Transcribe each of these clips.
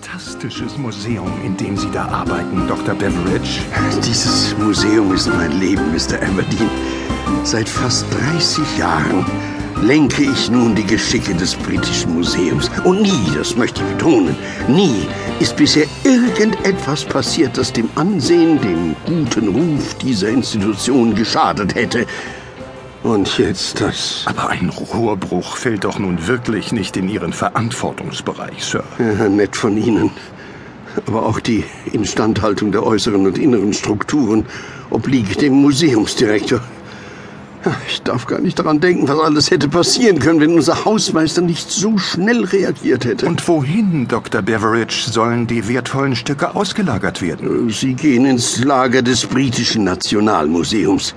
fantastisches Museum, in dem Sie da arbeiten, Dr. Beveridge. Dieses Museum ist mein Leben, Mr. Aberdeen. Seit fast 30 Jahren lenke ich nun die Geschicke des britischen Museums. Und nie, das möchte ich betonen, nie ist bisher irgendetwas passiert, das dem Ansehen, dem guten Ruf dieser Institution geschadet hätte. Und jetzt das. Aber ein Rohrbruch fällt doch nun wirklich nicht in Ihren Verantwortungsbereich, Sir. Ja, nett von Ihnen. Aber auch die Instandhaltung der äußeren und inneren Strukturen obliegt dem Museumsdirektor. Ich darf gar nicht daran denken, was alles hätte passieren können, wenn unser Hausmeister nicht so schnell reagiert hätte. Und wohin, Dr. Beveridge, sollen die wertvollen Stücke ausgelagert werden? Sie gehen ins Lager des britischen Nationalmuseums.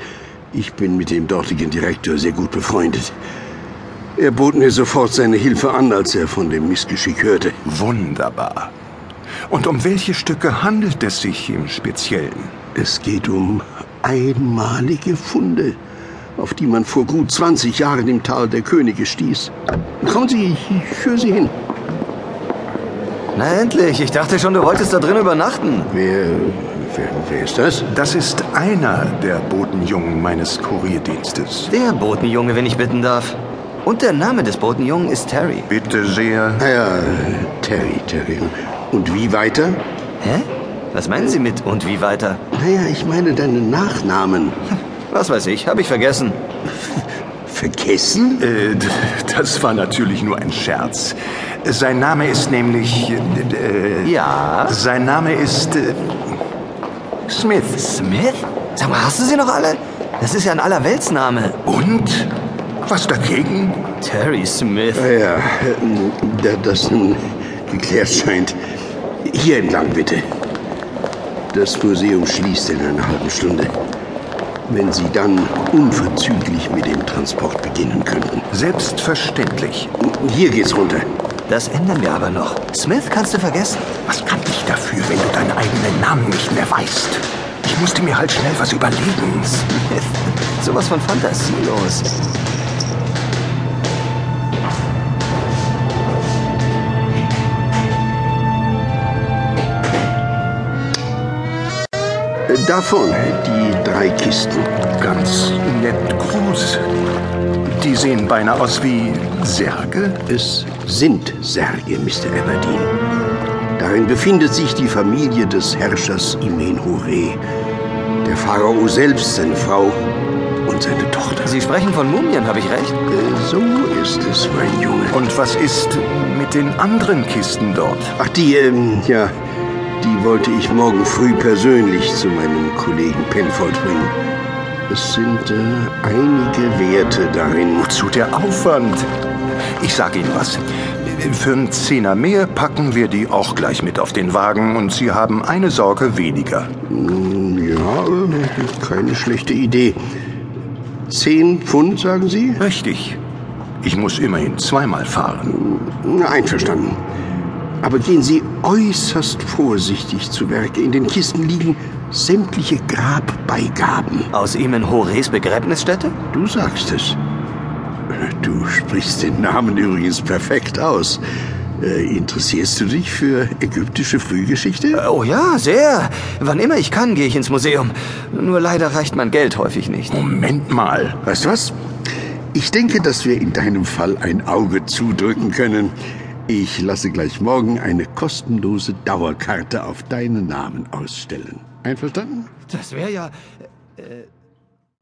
Ich bin mit dem dortigen Direktor sehr gut befreundet. Er bot mir sofort seine Hilfe an, als er von dem Missgeschick hörte. Wunderbar. Und um welche Stücke handelt es sich im Speziellen? Es geht um einmalige Funde auf die man vor gut 20 Jahren im Tal der Könige stieß. Kommen Sie, ich führe Sie hin. Na endlich, ich dachte schon, du wolltest da drin übernachten. Wer, wer, wer ist das? Das ist einer der Botenjungen meines Kurierdienstes. Der Botenjunge, wenn ich bitten darf. Und der Name des Botenjungen ist Terry. Bitte sehr. Ja, Terry, Terry. Und wie weiter? Hä? Was meinen Sie mit und wie weiter? Naja, ich meine deinen Nachnamen. Was weiß ich, habe ich vergessen. Vergessen? Äh, das war natürlich nur ein Scherz. Sein Name ist nämlich. Äh, ja? Sein Name ist. Äh, Smith. Smith? Sag mal, hast du sie noch alle? Das ist ja ein Allerweltsname. Und? Was dagegen? Terry Smith. Ja, ja da das nun geklärt scheint. Hier entlang bitte. Das Museum schließt in einer halben Stunde wenn Sie dann unverzüglich mit dem Transport beginnen könnten. Selbstverständlich. Hier geht's runter. Das ändern wir aber noch. Smith kannst du vergessen. Was kann ich dafür, wenn du deinen eigenen Namen nicht mehr weißt? Ich musste mir halt schnell was überlegen. Smith, sowas von fantasielos. Davon die drei Kisten. Ganz nett groß. Die sehen beinahe aus wie Särge. Es sind Särge, Mr. Aberdeen. Darin befindet sich die Familie des Herrschers Imenhure. Der Pharao selbst, seine Frau und seine Tochter. Sie sprechen von Mumien, habe ich recht? So ist es, mein Junge. Und was ist mit den anderen Kisten dort? Ach, die, ähm, ja. Die wollte ich morgen früh persönlich zu meinem Kollegen Penfold bringen. Es sind äh, einige Werte darin. Wozu der Aufwand? Ich sag Ihnen was. Für einen Zehner mehr packen wir die auch gleich mit auf den Wagen und Sie haben eine Sorge weniger. Hm, Ja, äh, keine schlechte Idee. Zehn Pfund, sagen Sie? Richtig. Ich muss immerhin zweimal fahren. Hm, Einverstanden. Aber gehen Sie äußerst vorsichtig zu Werke. In den Kisten liegen sämtliche Grabbeigaben. Aus Imen Hores Begräbnisstätte? Du sagst es. Du sprichst den Namen übrigens perfekt aus. Äh, interessierst du dich für ägyptische Äh, Frühgeschichte? Oh ja, sehr. Wann immer ich kann, gehe ich ins Museum. Nur leider reicht mein Geld häufig nicht. Moment mal. Weißt du was? Ich denke, dass wir in deinem Fall ein Auge zudrücken können. Ich lasse gleich morgen eine kostenlose Dauerkarte auf deinen Namen ausstellen. Einverstanden? Das wäre ja... Äh